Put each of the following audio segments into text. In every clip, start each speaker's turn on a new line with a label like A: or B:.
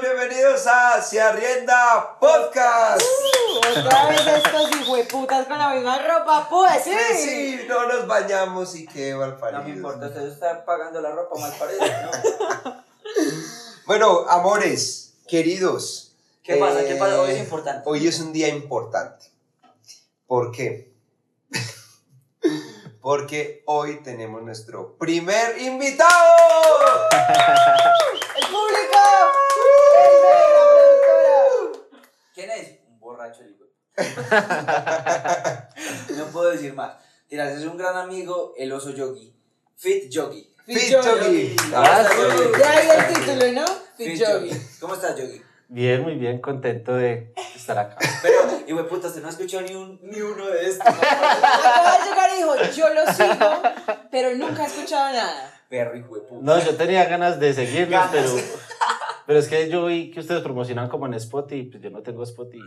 A: Bienvenidos a Se Arrienda Podcast.
B: Otra vez estos hijueputas con la misma ropa, pues sí.
A: Sí, no nos bañamos y qué malparidos.
C: No me importa, ustedes están pagando la ropa mal parecida, ¿no?
A: Bueno, amores, queridos.
C: ¿Qué pasa? ¿Qué pasa? Hoy es
A: eh,
C: importante.
A: Hoy es un día importante. ¿Por qué? Porque hoy tenemos nuestro primer invitado.
B: ¡El público! ¡El de la productora!
C: ¿Quién es? Un borracho el hijo. No puedo decir más. Tiras, es un gran amigo, el oso yogi. Fit yogi.
A: Fit
B: Jogi.
A: Jogi.
C: Ah, sí.
B: Ya hay el título, ¿no? Fit Jogi.
C: ¿Cómo estás, yogi?
D: Bien, muy bien, contento de estar acá.
C: Pero, y wey, puta, usted no ha escuchado ni, un, ni uno de estos.
B: Acaba de llegar y dijo, yo lo sigo, pero nunca he escuchado nada.
C: Perro, hijo de puta.
D: No, yo tenía ganas de seguirlos,
C: Ganas.
D: pero, pero es que yo vi que ustedes promocionan como en Spotify, pues yo no tengo Spotify.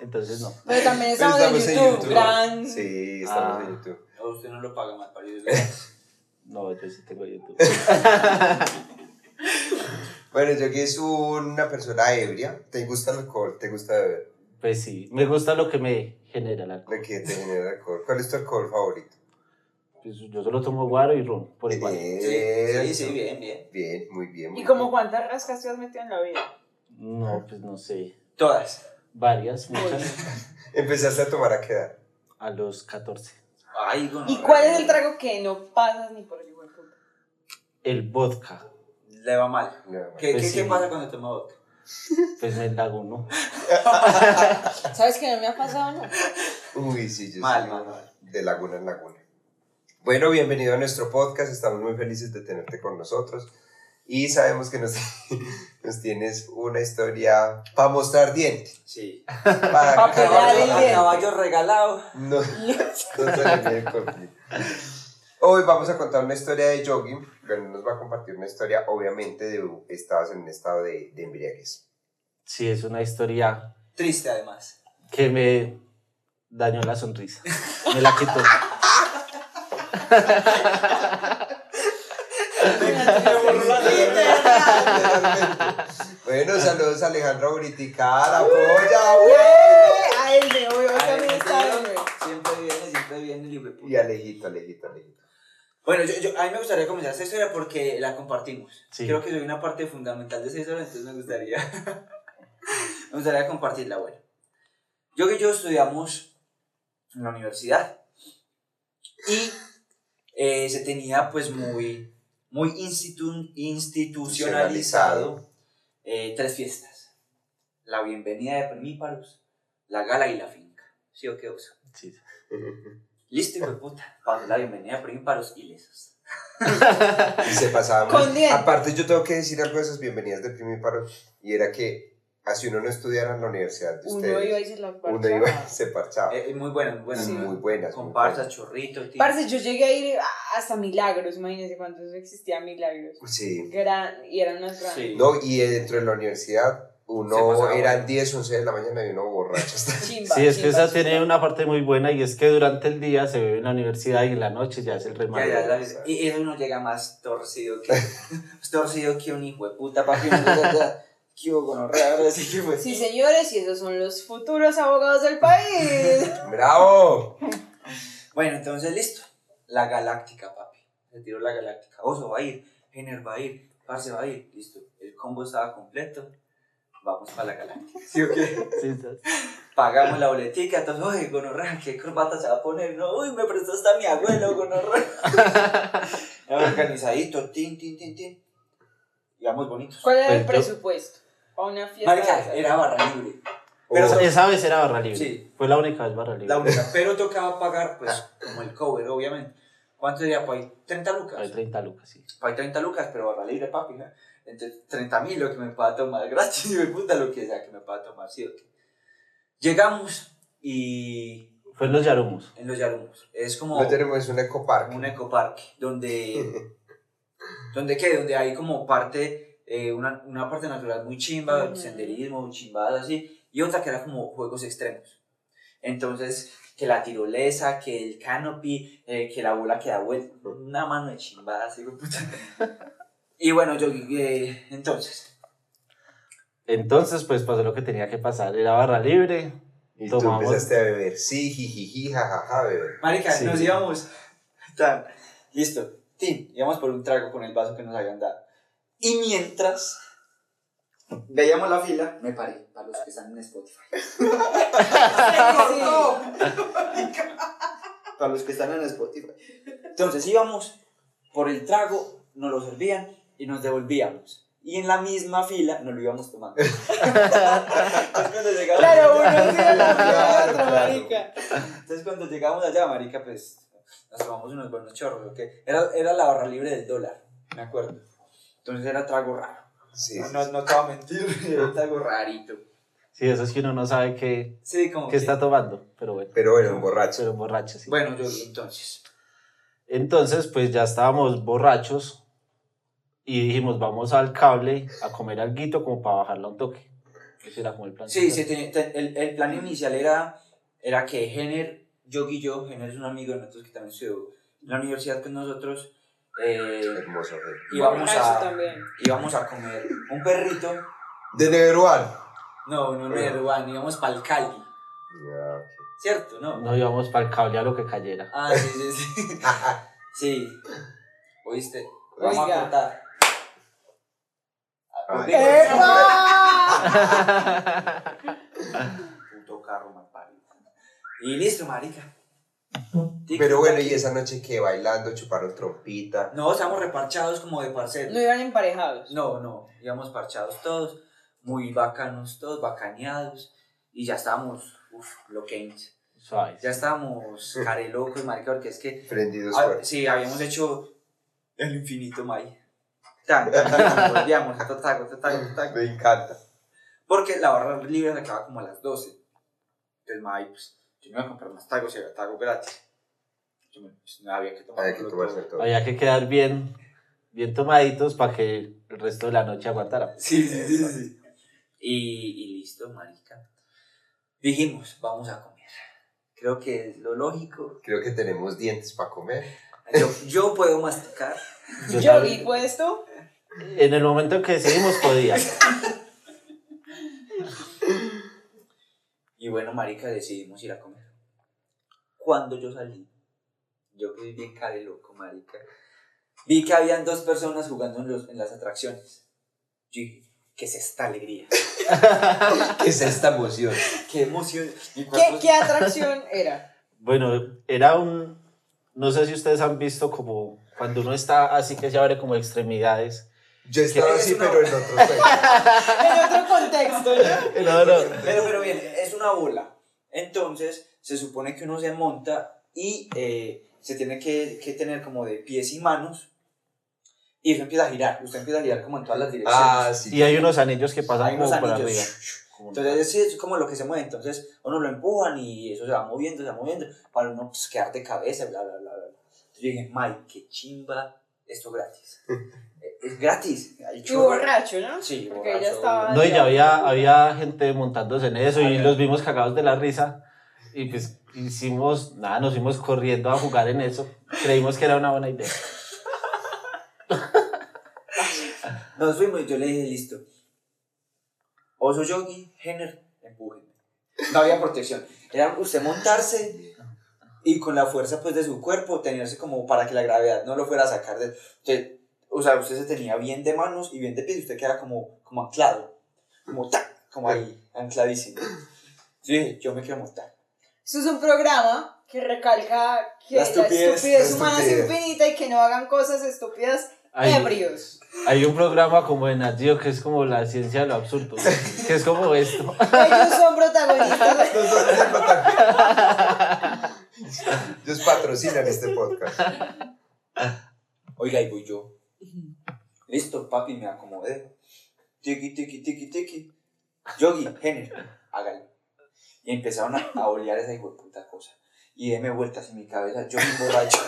D: Entonces no.
B: Pero también estamos, en, YouTube, gran...
A: Sí, estamos
D: Ah.
A: en YouTube.
C: No, usted no lo paga mal parido.
D: No, yo sí tengo YouTube.
A: Bueno, Yogi es una persona ebria. ¿Te gusta el alcohol? ¿Te gusta beber?
D: Pues sí, me gusta lo que me genera la
A: ¿De qué te genera alcohol? ¿Cuál es tu alcohol favorito?
D: pues Yo solo tomo guaro y ron, por igual.
C: Sí, sí, sí, bien, bien.
A: Bien, muy bien. muy
B: ¿Y como
A: bien.
B: cuántas rascas te has metido en la vida?
D: No, pues no sé.
C: Todas.
D: Varias, muchas.
A: Empezaste a tomar a quedar.
D: A los 14.
C: Ay, gonorrea.
B: ¿Y cuál es el trago que no pasas ni por el hijueputa?
D: El vodka,
C: Le va mal. ¿Qué,
D: Pues
C: qué,
D: sí.
C: ¿Qué pasa cuando toma vodka?
D: pues me lago, ¿no?
B: ¿Sabes que no me ha pasado nada?
A: Uy, sí, yo
C: Mal,
A: soy
C: mal, mal.
A: de laguna en laguna. Bueno, bienvenido a nuestro podcast. Estamos muy felices de tenerte con nosotros. Y sabemos que nos, nos tienes una historia para mostrar diente.
C: Sí.
A: Para
B: Pa' pegar el
C: Caballo,
B: diente.
C: caballo regalado.
A: No, no se le mide el conflicto. Hoy vamos a contar una historia de jogging. Bueno, nos va a compartir una historia, obviamente, de estabas en un estado de, de embriaguez.
D: Sí, es una historia
C: Triste, además.
D: que me dañó la sonrisa. Me la quitó.
A: bueno, saludos a Alejandro Briticar, apoya, güey.
B: A él me obvio,
C: Ay,
B: también está
C: ¿vieron?
B: él,
C: Siempre viene, siempre viene el hijo de puta.
A: Y Alejito, Alejito, Alejito.
C: Bueno, yo, yo- a mí me gustaría comenzar esta historia porque la compartimos.
D: Sí.
C: Creo que soy una parte fundamental de esa historia, entonces me gustaría, me gustaría compartirla. Bueno, yo y yo estudiamos en la universidad y eh, se tenía pues muy, muy institu- institucionalizado eh, tres fiestas. La bienvenida de Primíparos, la gala y la finca. ¿Sí o qué oso?
D: Sí.
C: Listo, hijo de puta. Para la bienvenida a Primíparos Ilesos.
A: Y se pasaba
B: Con diez.
A: Aparte, yo tengo que decir algo de esas bienvenidas de Primiparo. Y era que, así uno no estudiara en la universidad de
B: Uno iba
A: ustedes,
B: y se la
A: uno
B: parchaba.
A: iba y se parchaba.
C: Eh, eh, muy buenas, muy buenas.
B: Sí.
C: Muy
A: Muy
C: buenas.
A: buenas. muy
C: Comparsa, chorrito, tío.
B: Parce, yo llegué a ir a- hasta Milagros, imagínense cuando eso existía Milagros.
A: buenas. Sí.
B: Gran, y eran unas grandes.
C: Sí.
A: No, y dentro de la universidad,
C: Se
A: uno
C: pasaba.
A: eran 10, 11 de la mañana y uno borracho. hasta-
B: Chimba,
D: Sí, es que
B: chimba,
D: esa
B: chimba.
D: tiene una parte muy buena y es que durante el día se bebe en la universidad y en la noche ya es el
C: Ya, ya,
D: remadero.
C: la- y eso uno llega más torcido que, más torcido que un hijo de puta, papi. uno ya- ya, Que hubo gonorrea, ahora sí que fue.
B: Sí, señores, y esos son los futuros abogados del país.
A: ¡Bravo!
C: Bueno, entonces listo. La galáctica, papi. Se tiró la galáctica. Oso va a ir, Jenner va a ir, Parce va a ir. Listo. El combo estaba completo. Vamos para la galáctica. ¿Sí o qué?
D: Sí, sí.
C: Pagamos la boletica, entonces, oye, gonorrea, ¿qué corbata se va a poner? No, uy, me prestó hasta mi abuelo, gonorrea. Ya Organizadito, tin, tin, tin, tin. Íbamos bonitos.
B: ¿Cuál era el
D: Pues yo-
B: presupuesto? Para una fiesta. de
C: Marica,
B: esas?
C: era barra libre,
D: Pero
A: Oh,
D: esa- esa vez era barra libre.
C: Sí.
D: Fue la única vez barra libre.
C: la única, pero tocaba pagar, pues, como el cover, obviamente. ¿Cuánto sería para ahí? 30
D: Hay
C: lucas.
D: 30 lucas, sí.
C: Para ahí 30 lucas, pero barra libre, papi, ¿no? Entonces, 30 mil lo que me pueda tomar gratis, y me puta lo que sea que me pueda tomar, sí o qué. Llegamos y.
D: Fue en los Yarumos.
C: en los Yarumos. Es como.
A: No tenemos un ecoparque.
C: un ecoparque donde donde qué donde hay como parte eh, una, una parte natural muy chimba
B: Ujú.
C: senderismo chimbadas así y otra que era como juegos extremos entonces que la tirolesa que el canopy eh, que la bola que da vuelta una mano de chimbadas hijo de puta. y bueno yo eh, entonces
D: Entonces, pues pasó lo que tenía que pasar. Era barra libre.
A: Y
D: Tomamos.
A: tú empezaste a beber. Sí, jijiji, jajaja, beber.
C: Marica,
D: Sí.
C: nos íbamos. Tan, listo. Tim, íbamos por un trago con el vaso que nos habían dado. Y mientras veíamos la fila, me paré para los que están en Spotify.
B: Sí, sí.
C: Para los que están en Spotify. Entonces íbamos por el trago, nos lo servían y nos devolvíamos. Y en la misma fila nos lo íbamos tomando. Entonces, cuando llegamos
B: Claro,
C: allá-
B: uno sí,
C: Claro,
B: el otro,
C: claro.
B: marica.
C: Entonces cuando llegamos allá, marica, pues nos tomamos unos buenos chorros, ¿ok? Era, era la barra libre del dólar, me acuerdo. Entonces era trago raro.
A: Sí,
C: No,
A: sí,
C: no, no te voy a mentir, era un trago rarito.
D: Sí, eso es que uno no sabe qué,
C: Sí, como
D: qué está tomando, pero bueno.
A: Pero bueno, un borracho.
D: Pero borracho, sí.
C: Bueno, yo entonces.
D: Entonces, pues ya estábamos borrachos y dijimos, vamos al cable a comer alguito como para bajarla un toque. Ese era como el plan.
C: Sí, sí, tenía- te- el, el plan inicial era, era que Jenner, yo y yo, Jenner es un amigo de nosotros que también estudió en la universidad con nosotros, eh,
A: Hermoso. Fer.
C: Y vamos
B: Borracho
C: a-
B: también.
C: íbamos a comer un perrito,
A: De Neverual.
C: no, no, no, Erwan, íbamos para el Cali, ¿cierto? No,
D: No íbamos para el cable a lo que cayera.
C: Ah, sí, sí, sí. sí. ¿Oíste? Vamos
B: Oiga.
C: a cortar.
A: Ay.
C: Venga, venga.
B: ¡Epa!
C: Puto carro mal parido. Y listo, marica. Tic,
A: Pero
C: tic,
A: bueno,
C: tac.
A: y esa noche que bailando, chuparon trompita.
C: No, estamos reparchados como de
B: No
C: parceros.
B: iban emparejados.
C: No, no, íbamos parchados todos, muy bacanos todos, bacaneados. Y ya estábamos, uff, loquenses.
D: Suave.
C: Ya estábamos carelocos, marica, porque es que
A: Prendidos
C: Ah,
A: fuertes.
C: sí, habíamos hecho el infinito May. Tan, tan, tan, volvíamos, ta, ta, ta, ta, ta, ta.
A: Me encanta.
C: Porque la barra libre se acaba como a las 12. Entonces, May, pues, yo me iba a comprar más tacos y había tacos gratis. Yo me, pues, no había que tomar.
A: Hay que tomarse todo.
D: Había que quedar bien, bien tomaditos para que el resto de la noche aguantara.
C: Sí, sí, sí. sí. Y, y listo, marica. Dijimos, vamos a comer. Creo que es lo lógico.
A: Creo que tenemos dientes para comer.
C: Yo, yo puedo masticar.
D: Yo
B: Yogi
D: también-
B: puesto.
D: en el momento que decidimos podía.
C: Y bueno, marica, decidimos ir a comer. Cuando yo salí, yo que bien care loco, marica, vi que habían dos personas jugando en, los- en las atracciones. Yo dije, ¿qué es esta alegría?
A: ¿Qué es esta emoción?
C: ¡Qué emoción! Mi
B: ¿Qué,
C: cuerpo-
B: ¿Qué atracción era?
D: Bueno, era un... No sé si ustedes han visto como cuando uno está así que se abre como extremidades.
A: Yo estaba
C: ¿Qué?
A: así,
C: No.
A: pero en otro juego.
B: En otro contexto, ¿no?
C: Eh,
D: No, no.
C: Pero, pero bien, es una bola. Entonces, se supone que uno se monta y eh, se tiene que, que tener como de pies y manos. Y eso empieza a girar. Usted empieza a girar como en todas las direcciones.
A: Ah, sí.
D: Y hay unos anillos que
C: Hay
D: pasan
C: unos
D: como por
C: anillos.
D: arriba. Como una-
C: Entonces sí, es como lo que se mueve, entonces uno lo empujan y eso se va moviendo, se va moviendo, para uno pues, quedar de cabeza, bla, bla, bla, bla. Entonces yo dije, Mike, qué chimba, esto gratis. Eh, es gratis. Hay
B: Y
C: chorro.
B: borracho, ¿no?
C: Sí,
B: Porque ella
C: borracho.
B: estaba-
D: No, y ya había, había gente montándose en eso y
C: Había.
D: los vimos cagados de la risa. Y pues hicimos, nada, nos fuimos corriendo a jugar en eso. Creímos que era una buena idea.
C: Nos fuimos y yo le dije, listo. Oso Yogi, Henner, empújenme. No había protección. Era usted montarse y con la fuerza pues de su cuerpo tenerse como para que la gravedad no lo fuera a sacar. De, de- o sea, usted se tenía bien de manos y bien de pies y usted queda como, como anclado. Como tac, como ahí, ancladísimo. Yo dije, yo me quiero montar.
B: Eso es un programa que recalca que
C: La
B: la estupidez,
C: estupidez,
A: la
B: humana es
A: estupidez.
B: infinita y que no hagan cosas estúpidas
D: Hay,
B: ebrios.
D: hay un programa como en Nat Geo que es como la ciencia de lo absurdo, que es como esto.
B: Ellos son protagonistas.
A: Nosotros en Patacón. Ellos patrocinan este podcast.
C: Oiga, y voy yo. Listo, papi, me acomodé. Tiki, tiki, tiki, tiki. Yogi, Henry, hágalo. Y empezaron a, a olear esa puta cosa. Y déme vueltas en mi cabeza, yo me borracho.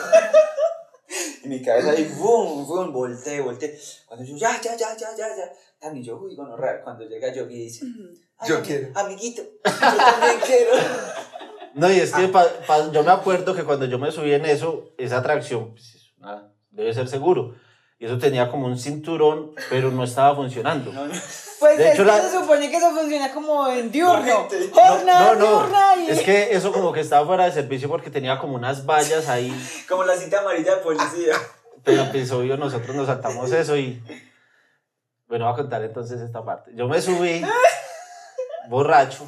C: y mi cabeza ahí, boom, boom, volteé, volteé. Cuando yo, ya, ya, ya, ya, ya, ya. Tan y yo, uy, bueno, Cuando llega Yogi dice, "Ay,
A: Yo
C: ami-
A: quiero.
C: Amiguito, yo también quiero.
D: No, y es que pa- pa- yo me acuerdo que cuando yo me subí en eso, esa atracción pues, es una- debe ser seguro. Y eso tenía como un cinturón, pero no estaba funcionando.
C: No, no.
B: Pues
D: De
B: es
D: hecho,
B: que
D: la-
B: se supone que eso funciona como en diurno.
C: Gente.
B: Jornada diurna y...
D: Es que eso como que estaba fuera de servicio porque tenía como unas vallas ahí.
C: Como la cinta amarilla de policía.
D: Pero pues obvio nosotros nos saltamos eso y... Bueno, voy a contar entonces esta parte. Yo me subí borracho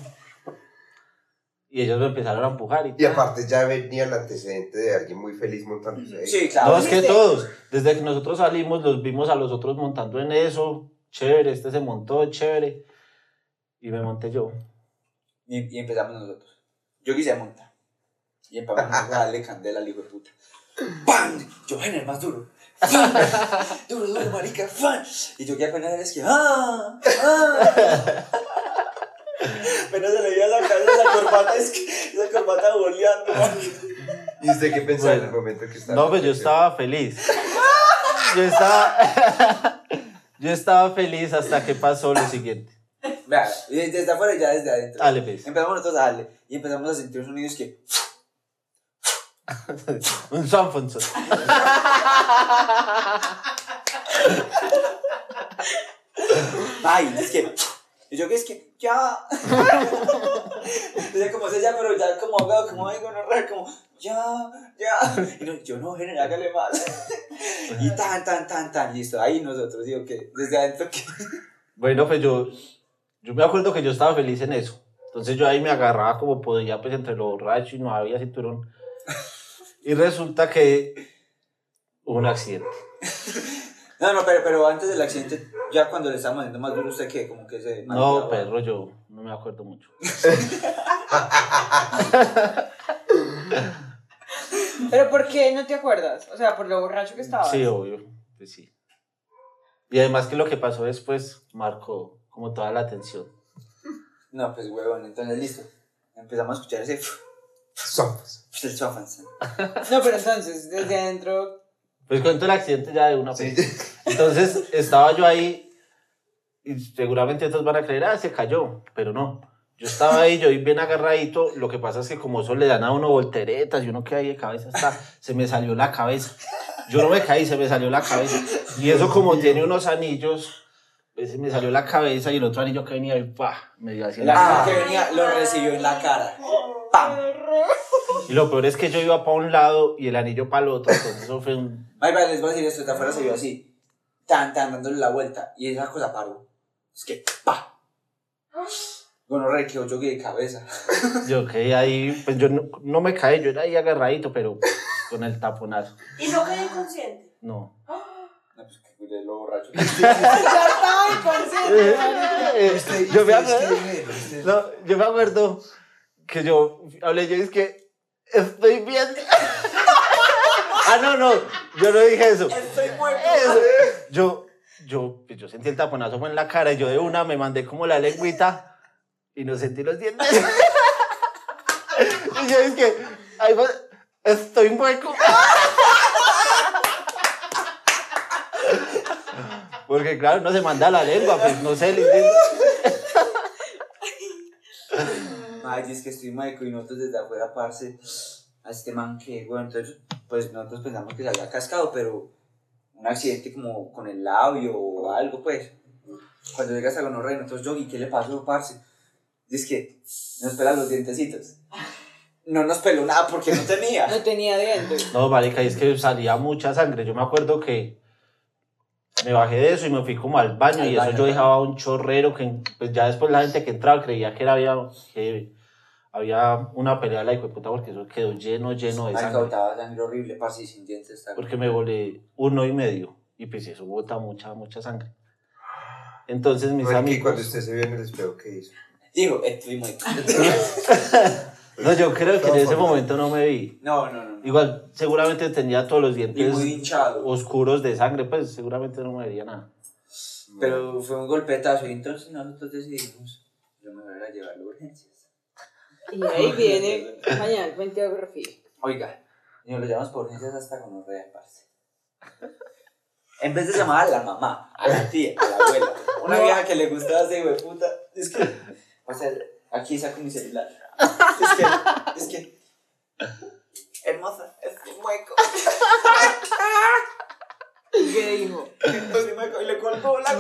D: y ellos me empezaron a empujar y...
A: Y aparte ya venía el antecedente de alguien muy feliz montándose ahí.
C: Sí,
D: No,
C: claro.
D: es que
B: ¿viste?
D: todos, desde que nosotros salimos, los vimos a los otros montando en eso, chévere, este se montó, chévere, y me monté yo.
C: Y, y empezamos nosotros. Yo quise montar. Y empezamos a darle candela al hijo de puta. ¡Pam! Yo en el más duro. ¡Pam! Duro, duro, marica. ¡Pam! Y yo que apenas era es que. ¡Ah! ¡Ah! Apenas se le veía la cara esa corbata, es que esa corbata boleando.
A: ¿Y usted qué pensó en el
D: Bueno.
A: momento que estaba?
D: No, pues yo estaba feliz. Yo estaba, yo estaba feliz hasta que pasó lo siguiente.
C: Vea, y desde afuera y ya desde adentro.
D: Dale, pues.
C: Empezamos nosotros a darle. Y empezamos a sentir sonidos que.
D: Un Sanfonson.
C: ¡Ay! Es que. Y yo que es que. ¡Ya! Entonces, como se ya, pero ya como ahogado, como digo, no raro, como. ¡Ya! ¡Ya! Y no, yo no, general, hágale más. Y tan, tan, tan, tan, listo. Ahí nosotros, digo que desde adentro que.
D: Bueno, pues yo, yo me acuerdo que yo estaba feliz en eso. Entonces yo ahí me agarraba como podía, pues entre lo borracho y no había cinturón. Y resulta que hubo un accidente.
C: No, no, pero, pero antes del accidente, ya cuando le estábamos dando más duro, usted que como que se.
D: No, pues, perro, yo no me acuerdo mucho.
B: Pero ¿por qué no te acuerdas? O sea, por lo borracho que estabas.
D: Sí, obvio, pues sí. Y además que lo que pasó después marcó como toda la atención.
C: No, pues huevón, entonces listo. Empezamos a escuchar ese.
A: Somos.
C: El sofanzón.
B: No, pero entonces, desde adentro...
D: Pues cuento el accidente ya de una
A: Sí.
D: vez. Entonces estaba yo ahí y seguramente todos van a creer, ah, se cayó, pero no. Yo estaba ahí, yo ahí bien agarradito, lo que pasa es que como eso le dan a uno volteretas y uno que ahí de cabeza está, se me salió la cabeza. Yo no me caí, se me salió la cabeza. Y eso como tiene unos anillos, pues, se me salió la cabeza y el otro anillo que venía ahí, pa, me dio así en la
C: La
D: cara.
C: Ah, que venía lo recibió en la cara.
D: Y lo peor es que yo iba para un lado y el anillo para el otro, entonces eso fue un...
C: Ay, vale, les voy a decir esto, de afuera se vio así. Tan, tan, dándole la vuelta. Y esa cosa paró. Es que, pa. Bueno, re, que yo de cabeza.
D: Yo quedé ahí, pues yo no, no me caí, yo era ahí agarradito, pero con el taponazo.
E: Y no quedé inconsciente.
D: No.
C: No, pues que cuide lo borracho.
B: ya estaba inconsciente. marica.
D: Eh, Yo me acuerdo, este. no, yo me acuerdo que yo hablé, yo dije que estoy bien. ah, no, no, yo no dije eso.
C: Estoy muerto.
D: Eso. Yo, yo, pues yo sentí el taponazo fue en la cara y yo de una me mandé como la lengüita y no sentí los dientes. y yo es que, ahí va, estoy hueco. Porque claro, no se manda la lengua, pues no sé. le entiendo.
C: Ay, es que estoy maico y nosotros desde afuera, parce, a este man que, bueno, entonces, pues nosotros pensamos que se había cascado, pero un accidente como con el labio o algo, pues. Cuando llegas a gonorrea, nosotros, Yogi, ¿qué le pasó, parce? Dice que nos pela los dientecitos. No nos peló nada porque no tenía.
B: No tenía dientes.
D: No, marica, y es que salía mucha sangre. Yo me acuerdo que me bajé de eso y me fui como al baño
C: Al
D: y eso
C: baño,
D: yo
C: al
D: dejaba un chorrero que pues ya después la gente que entraba creía que era había que había una pelea de la hijueputa porque eso quedó lleno lleno de
C: Marica,
D: sangre.
C: botaba sangre horrible, parce, y sin dientes. está-
D: Porque me volé uno y medio y pues eso bota mucha mucha sangre. Entonces mis
A: Porque
D: amigos
A: cuando usted se vio en el espejo, ¿qué hizo?
C: Digo, estoy maico. pues,
D: No,
A: Pues,
D: yo creo que en
A: Todos
D: ese
A: formados.
D: momento no me vi.
C: No, no, no. no.
D: Igual seguramente tenía todos los
C: Y
D: dientes
C: muy hinchado.
D: oscuros de sangre, pues seguramente no me vería nada.
C: Pero fue un golpetazo y entonces nosotros decidimos, yo me voy a llevar a urgencias.
B: Y ahí viene mañana, cuente biografía.
C: Oiga, y nos lo llevamos por urgencias hasta con un real, parce. En vez de llamar a la mamá, a la tía, a la abuela, una vieja que le gustaba ese güey puta, es que, o sea, aquí saco mi celular. Es que, es que, hermosa, es que mueco.
B: ¿Y qué dijo?
C: Entonces me co- y le colgó la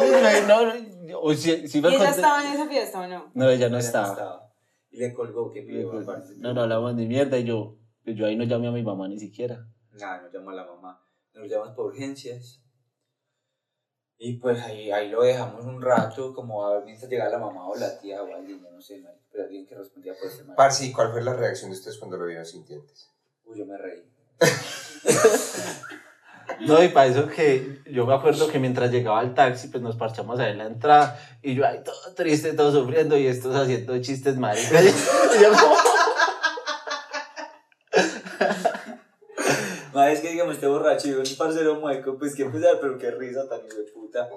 E: No, no, no, o si, si
B: ¿Y
E: me
B: ella
E: conté-
B: estaba en esa fiesta o no?
E: No, ella no
C: Ya
E: estaba. pues,
C: Y le colgó, qué miedo, aparte.
E: No, no hablamos ni mierda y yo, pues, yo ahí no llamé a mi mamá ni siquiera.
C: Nada, nos llama la mamá. Nos llamas por urgencias. Y pues ahí, ahí lo dejamos un rato, como a ver mientras llega la mamá o la tía o alguien, yo no sé, marica, pero alguien que respondía por ese marica.
A: Parce, ¿y cuál fue la reacción de ustedes cuando lo vieron sin dientes?
C: Uy, yo me reí.
D: No, y para eso que yo me acuerdo que mientras llegaba al taxi, pues nos parchamos ahí en la entrada y yo ahí todo triste, todo sufriendo y estos haciendo chistes maricas. Y yo como,
C: No, es que digamos, este borracho y un parcero mueco, pues qué pesar, pero qué risa tan hijo de puta.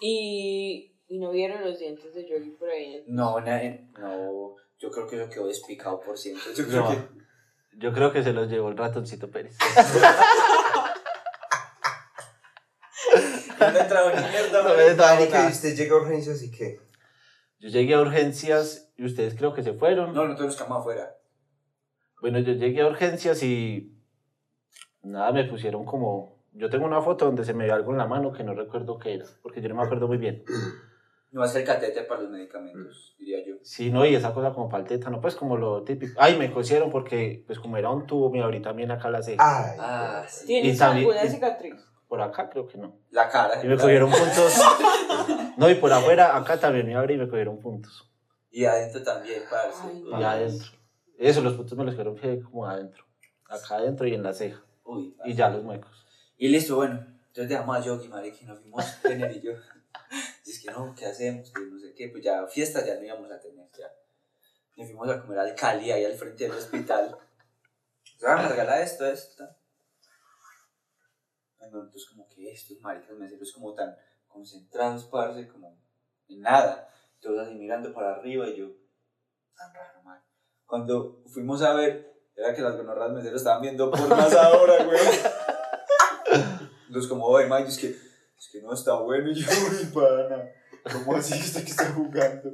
B: Y, y no vieron los dientes de Yogi por ahí.
C: No, nadie, no, yo creo que eso quedó despicado por ciento. Yo creo
D: No,
C: que
D: yo creo que se los llevó el ratoncito Pérez.
C: no me trajo ni mierda,
D: No
C: marica.
D: me trajo
A: Marica, y
D: nada.
A: usted llega a urgencias y qué.
D: Yo llegué a urgencias y ustedes creo que se fueron.
C: No, no todos nos quedamos afuera.
D: Bueno, yo llegué a urgencias y nada, me pusieron como... Yo tengo una foto donde se me ve algo en la mano que no recuerdo qué era, porque yo no me acuerdo muy bien.
C: No hacer catete para los medicamentos, diría yo.
D: Sí, no, y esa cosa como para el tétano, pues como lo típico. Ay, me cosieron porque, pues como era un tubo, me abrí también acá la ceja.
A: Ay,
C: Ah, sí.
B: ¿Tienes
D: también-
B: alguna
D: y-
B: cicatriz?
D: Por acá creo que no.
C: La cara.
D: Y me
C: la-
D: cogieron puntos. No, y por afuera, acá también me abrí y me cogieron puntos.
C: Y adentro también, parce.
B: Ay,
D: Y adentro. Eso, los puntos me los cogieron fue como adentro. Acá adentro y en la ceja.
C: Uy,
D: Y
C: parce.
D: ya los muecos.
C: Y listo, bueno. Entonces dejamos a Yogi, madre, que nos fuimos tener y yo. Y es que no, ¿qué hacemos? Que no sé qué. Pues ya, fiesta ya no íbamos a tener, ya. Nos fuimos a comer al Cali, ahí al frente del hospital. Nos vamos a regalar esto, esto. Ay, no, entonces como que estos maricas meseros como tan concentrados, parce, como en nada. Todos así mirando para arriba y yo, tan raro, man. Cuando fuimos a ver, era que las gonorras meseros estaban viendo pornas ahora, güey. Entonces como, oye, man, es que, es que no está bueno y yo, mi pana. ¿Cómo así que usted que está jugando?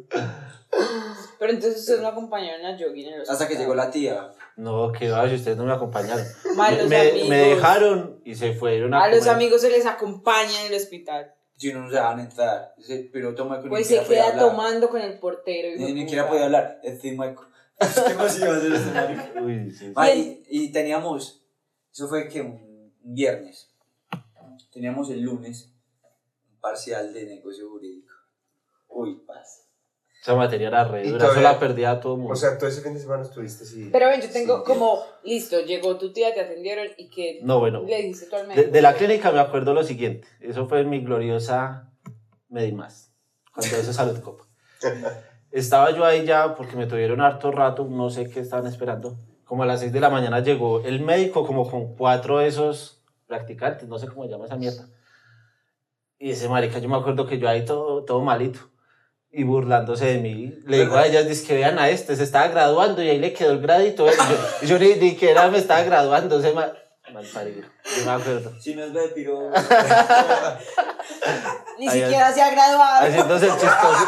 B: Pero entonces ustedes no acompañaron a Yogi en los
C: Hasta que llegó la tía.
D: No, que va, si ustedes no me acompañaron.
B: Malos
D: me,
B: amigos.
D: me dejaron y se fueron a,
B: A los
D: comer.
B: amigos se les acompaña en el hospital.
C: Si no nos dejaban entrar. Ese piloto mueco
B: Pues
C: ni
B: se
C: siquiera podía
B: queda
C: hablar.
B: tomando con el portero. y
C: Ni, ni
B: puta.
C: siquiera podía hablar. Este mueco. ¿Qué más iba a hacer este marica?
D: Uy, sí.
C: Ah, y, y teníamos, eso fue que un un viernes, teníamos el lunes un parcial de negocio jurídico. Uy, paz.
D: Esa materia era
A: Y
D: re dura, eso
A: todavía-
D: la perdía a todo mundo.
A: O sea, todo ese fin de semana estuviste así.
B: Pero ven, yo tengo
A: Sí.
B: como, listo, llegó tu tía, te atendieron y que
D: no, bueno.
B: le dijiste tú al
D: De,
B: médico.
D: de la clínica me acuerdo lo siguiente. Eso fue en mi gloriosa Medimás, cuando eso Salud Copa. Estaba yo ahí ya porque me tuvieron harto rato, no sé qué estaban esperando. Como a las 6 de la mañana llegó el médico como con cuatro de esos practicantes, no sé cómo se llama esa mierda. Y ese marica, yo me acuerdo que yo ahí todo, todo malito y burlándose de mí. Le digo a ellas, dice que vean a este, se estaba graduando y ahí le quedó el gradito. Y yo, y yo ni, ni que era, me estaba graduando, ese mal, mal parido, yo me acuerdo.
C: Si nos ve, piro.
B: Ni
D: Ay,
B: siquiera se ha graduado.
D: Haciéndose el chistoso.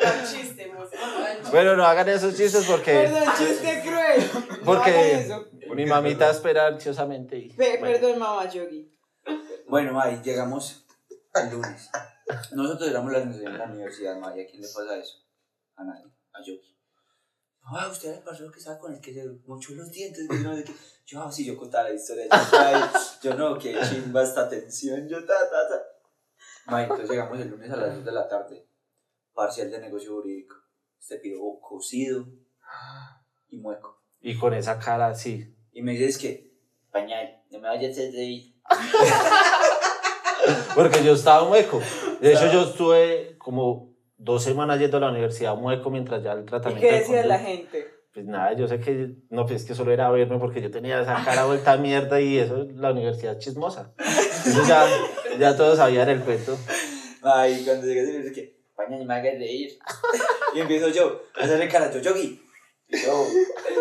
B: Buen chiste, mozo, buen chiste.
D: Bueno, no hagan esos chistes porque
B: Perdón, chiste cruel. No
D: Porque-
B: hagan eso.
D: mi mamita espera ansiosamente. Y,
B: Pe-
D: bueno.
B: Perdón, mamá Yogi.
C: Bueno, ahí llegamos el lunes. Nosotros éramos las de la universidad, María. ¿A quién le pasa eso? A nadie, a Yogi. Ah, usted era el parcero que estaba con el que se mochó los dientes. que no sé qué. Yo, ah, si yo contara la historia, yo, ay, yo no, que chimba esta tensión, yo ta, ta, ta. Ma, entonces llegamos el lunes a las 2 de la tarde. Parcial de negocio jurídico. Este piro cocido y mueco.
D: y con esa cara así.
C: Y me dices que, pañal, no me vayas desde ahí.
D: Porque yo estaba mueco. De hecho, yo estuve como dos semanas yendo a la universidad mueco mientras ya el
B: ¿Y
D: tratamiento.
B: qué
D: de
B: decía la
D: conducta.
B: gente?
D: Pues nada, yo sé que no, pues es que solo era verme porque yo tenía esa cara vuelta a mierda y eso, la universidad es chismosa. Eso ya, ya todos sabían el cuento.
C: Ay, cuando llegas y me dices que, pañal, no me hagas reír. y empiezo yo a hacerle cara, yo, Yogi. Y yo,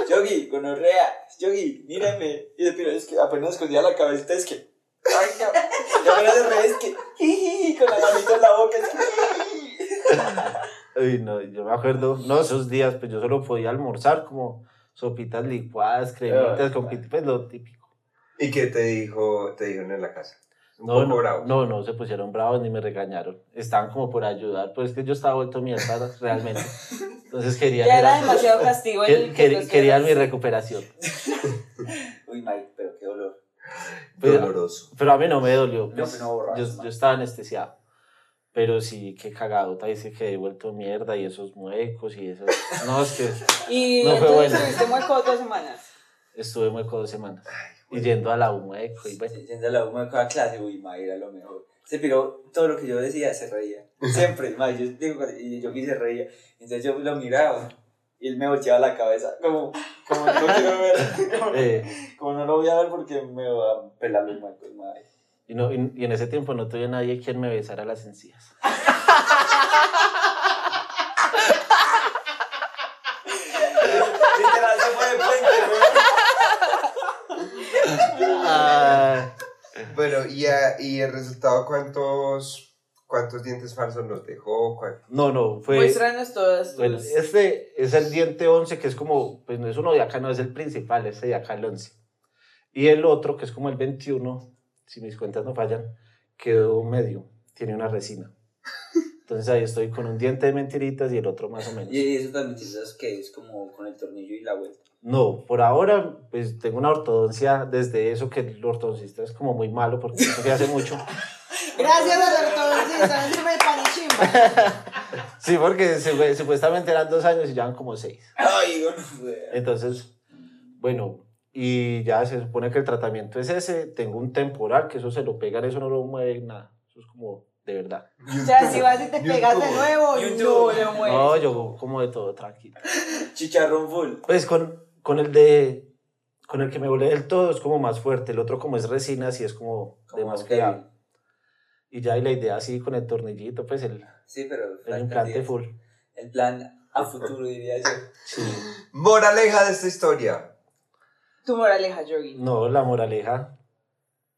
C: Yogi, gonorrea, Yogi, mírame. Y después es que apenas escondía la cabecita, es que, ay, no. Y apenas se reía, es que, jiji, con la manita en la boca, es que, jiji.
D: Uy, no, yo me acuerdo, no, esos días, pues yo solo podía almorzar como sopitas licuadas, cremitas,
C: Ay,
D: con
C: madre.
D: pit- pues lo típico.
A: ¿Y qué te dijo, te dijeron en la casa? Un
D: No,
A: poco
D: no,
A: bravo.
D: no, no se pusieron bravos ni me regañaron. Estaban como por ayudar, pues es que yo estaba vuelto mierda realmente. Entonces querían,
B: Ya
D: era-
B: era demasiado castigo.
D: que-
B: el que
D: quer-
B: los-
D: querían mi recuperación.
C: Uy, Mike, pero qué dolor.
D: Pero-
A: Doloroso.
D: Pero a mí no me dolió. pues,
C: pero no borracho,
D: yo,
C: man.
D: yo estaba anestesiado. Pero sí, qué cagadota, dice que he vuelto mierda y esos muecos y esos... No, es que
B: Y
D: No fue
B: entonces
D: bueno.
B: estuviste mueco dos semanas.
D: estuve mueco dos semanas. Y yendo a la U mueco y bueno.
C: Sí, Yendo a la UMA de cada clase, uy, Mike era lo mejor. Se piró todo lo que yo decía, se reía. Siempre, Mike, yo digo, cuando- y yo me se reía. Entonces yo lo miraba y él me volteaba la cabeza, como, como no quiero ver, como,
D: eh,
C: como no lo voy a ver porque me va a pelar los marcos, Mike.
D: y, no, y, y en ese tiempo no tuve nadie quien me besara las encías.
C: Literal, se fue de puente, güey.
D: Ah,
A: Bueno, y, a- y el resultado, ¿cuántos, ¿cuántos dientes falsos nos dejó? ¿Cuán-
D: no, no, fue...
B: Muéstranos todas tus.
D: Bueno, este es el diente 11, que es como, pues no es uno de acá, no es el principal, este de acá el 11. Y el otro, que es como el 21, si mis cuentas no fallan, quedó medio, tiene una resina. Entonces ahí estoy con un diente de mentiritas y el otro más o menos.
C: Y eso también es que es como con el tornillo y la vuelta.
D: No, por ahora, pues tengo una ortodoncia desde eso que el ortodoncista es como muy malo porque eso que hace mucho.
B: Gracias a los ortodoncistas, no sirve de pan y chimba.
D: Sí, porque supu- supuestamente eran dos años y llevan como seis.
C: Ay, bueno, güey.
D: Entonces, bueno, y ya se supone que el tratamiento es ese. Tengo un temporal, que eso se lo pegan, eso no lo mueve nada. Eso es como de verdad.
B: O sea, si vas y te
A: YouTube.
B: pegas de nuevo,
C: YouTube.
B: no lo mueves.
D: No, yo como de todo, tranquilo.
C: Chicharrón full.
D: Pues con, con el de. Con el que me volé del todo es como más fuerte. El otro, como es resina, sí es como, de
C: Como
D: más
C: que-
D: cuidado. Y ya, y la idea así con el tornillito, pues el,
C: Sí, pero.
D: el
C: Frank
D: implante
C: Candida.
D: full.
C: El plan a futuro, diría yo.
A: Moraleja de esta historia.
B: Tu moraleja, Yogi.
D: No, la moraleja.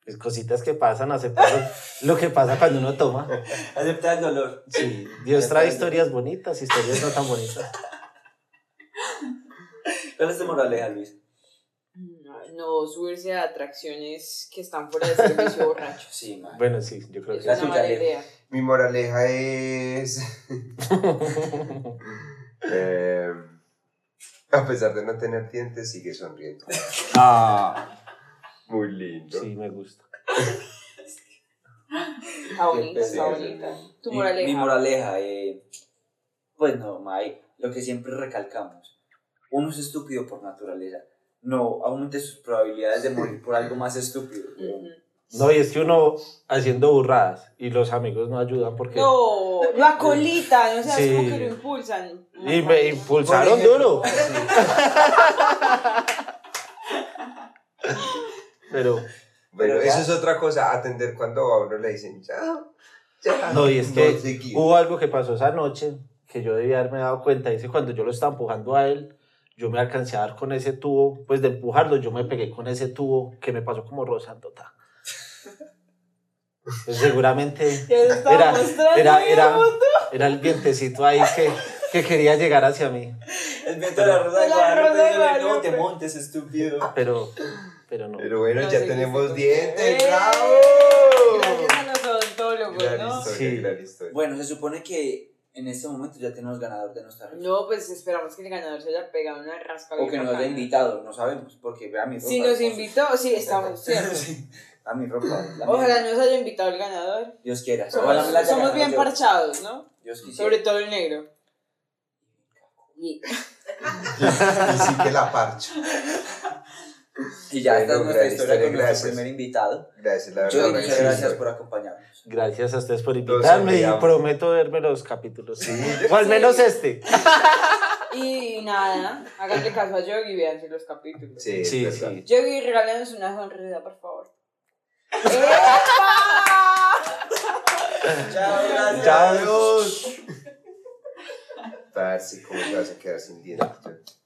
D: Es cositas que pasan, aceptar lo que pasa cuando uno toma.
C: Aceptar el dolor.
D: Sí, Dios trae historias bonitas, historias no tan bonitas.
C: ¿Cuál es tu moraleja, este ¿eh, Luis?
B: No subirse a atracciones que están fuera de servicio borrachos.
C: Sí, man.
D: Bueno, sí, yo creo
B: Es
D: que
C: La
B: una
D: sí.
C: tuya,
B: mala
C: Leo.
B: idea.
A: Mi moraleja es. eh, a pesar de no tener dientes, sigue sonriendo.
D: Ah.
A: Muy lindo.
D: Sí, me gusta.
B: Está bonita, está
C: pesar.
B: bonita. Tu
C: Mi-
B: moraleja.
C: Mi moraleja, eh, pues no, Mike, lo que siempre recalcamos, uno es estúpido por naturaleza, no aumente sus probabilidades de morir por algo más estúpido.
B: Ujú.
D: No, y es que uno haciendo burradas y los amigos no ayudan porque...
B: No, lo acolitan, o sea, es como
D: Sí.
B: que lo impulsan.
D: Y me
C: Por
D: impulsaron
C: ejemplo.
D: duro. Pero,
A: Bueno,
C: Pero
A: eso
C: ya-
A: es otra cosa, atender cuando a uno le dicen chao. chao".
D: no, y es que
A: No seguir.
D: hubo algo que pasó esa noche que yo debía haberme dado cuenta. Dice, cuando yo lo estaba empujando a él, yo me alcancé a dar con ese tubo. Pues de empujarlo, yo me pegué con ese tubo que me pasó como rozando. ta. Pues seguramente...
B: Ya lo estaba
D: Era,
B: mostrando,
D: era,
B: mira,
D: era,
B: mostró
D: era el vientecito ahí que, que quería llegar hacia mí,
C: El viento de la rosa de
B: La Rosa de
C: Guadalupe, dile, no
B: Guadalupe".
C: te montes, estúpido.
D: pero, pero no.
A: Pero bueno,
B: No
A: ya
B: seguiste
A: tenemos
B: con-
A: dientes.
B: ¡Eh!
A: ¡Bravo!
B: Gracias a los odontólogos,
A: Gran
B: ¿no?
A: historia,
D: Sí.
A: gran historia.
C: Bueno, se supone que en este momento ya tenemos ganador de nuestra rifa.
B: No, pues esperamos que el ganador se haya pegado una raspa.
C: O
B: bien
C: que nos
B: bacana.
C: haya invitado, no sabemos, porque a mi ropa.
B: Si nos invitó, sí, estamos ciertos.
C: Sí, a mi ropa. la
B: Ojalá
C: mía.
B: nos haya invitado el ganador.
C: Dios quiera. Ojalá me
B: Somos,
C: la haya
B: somos
C: ganado
B: bien
C: yo.
B: parchados, ¿no?
C: Dios quisiera.
B: Sobre todo el negro. Y
A: Y sí que la parcha.
C: Y ya esta
A: Bueno,
C: es nuestra
A: gran
C: historia
A: historia,
C: con nuestro
A: gracias.
C: primer invitado.
A: Gracias, la
C: Yo
A: verdad. gran
C: muchas
A: historia.
C: gracias por acompañarnos.
D: Gracias a ustedes por
A: Los
D: invitarme y
A: enviamos.
D: prometo verme los capítulos.
A: Sí.
D: O al
B: Sí.
D: menos este.
B: Y nada, háganle caso a Yogi y véanse los capítulos.
A: Sí, es
D: Sí,
A: verdad.
D: sí.
B: Yogi, regálanos una sonrisa, por favor. ¡Epa!
C: Chao, gracias.
D: Chao.
A: Parce, ¿cómo te vas a quedar sin dientes?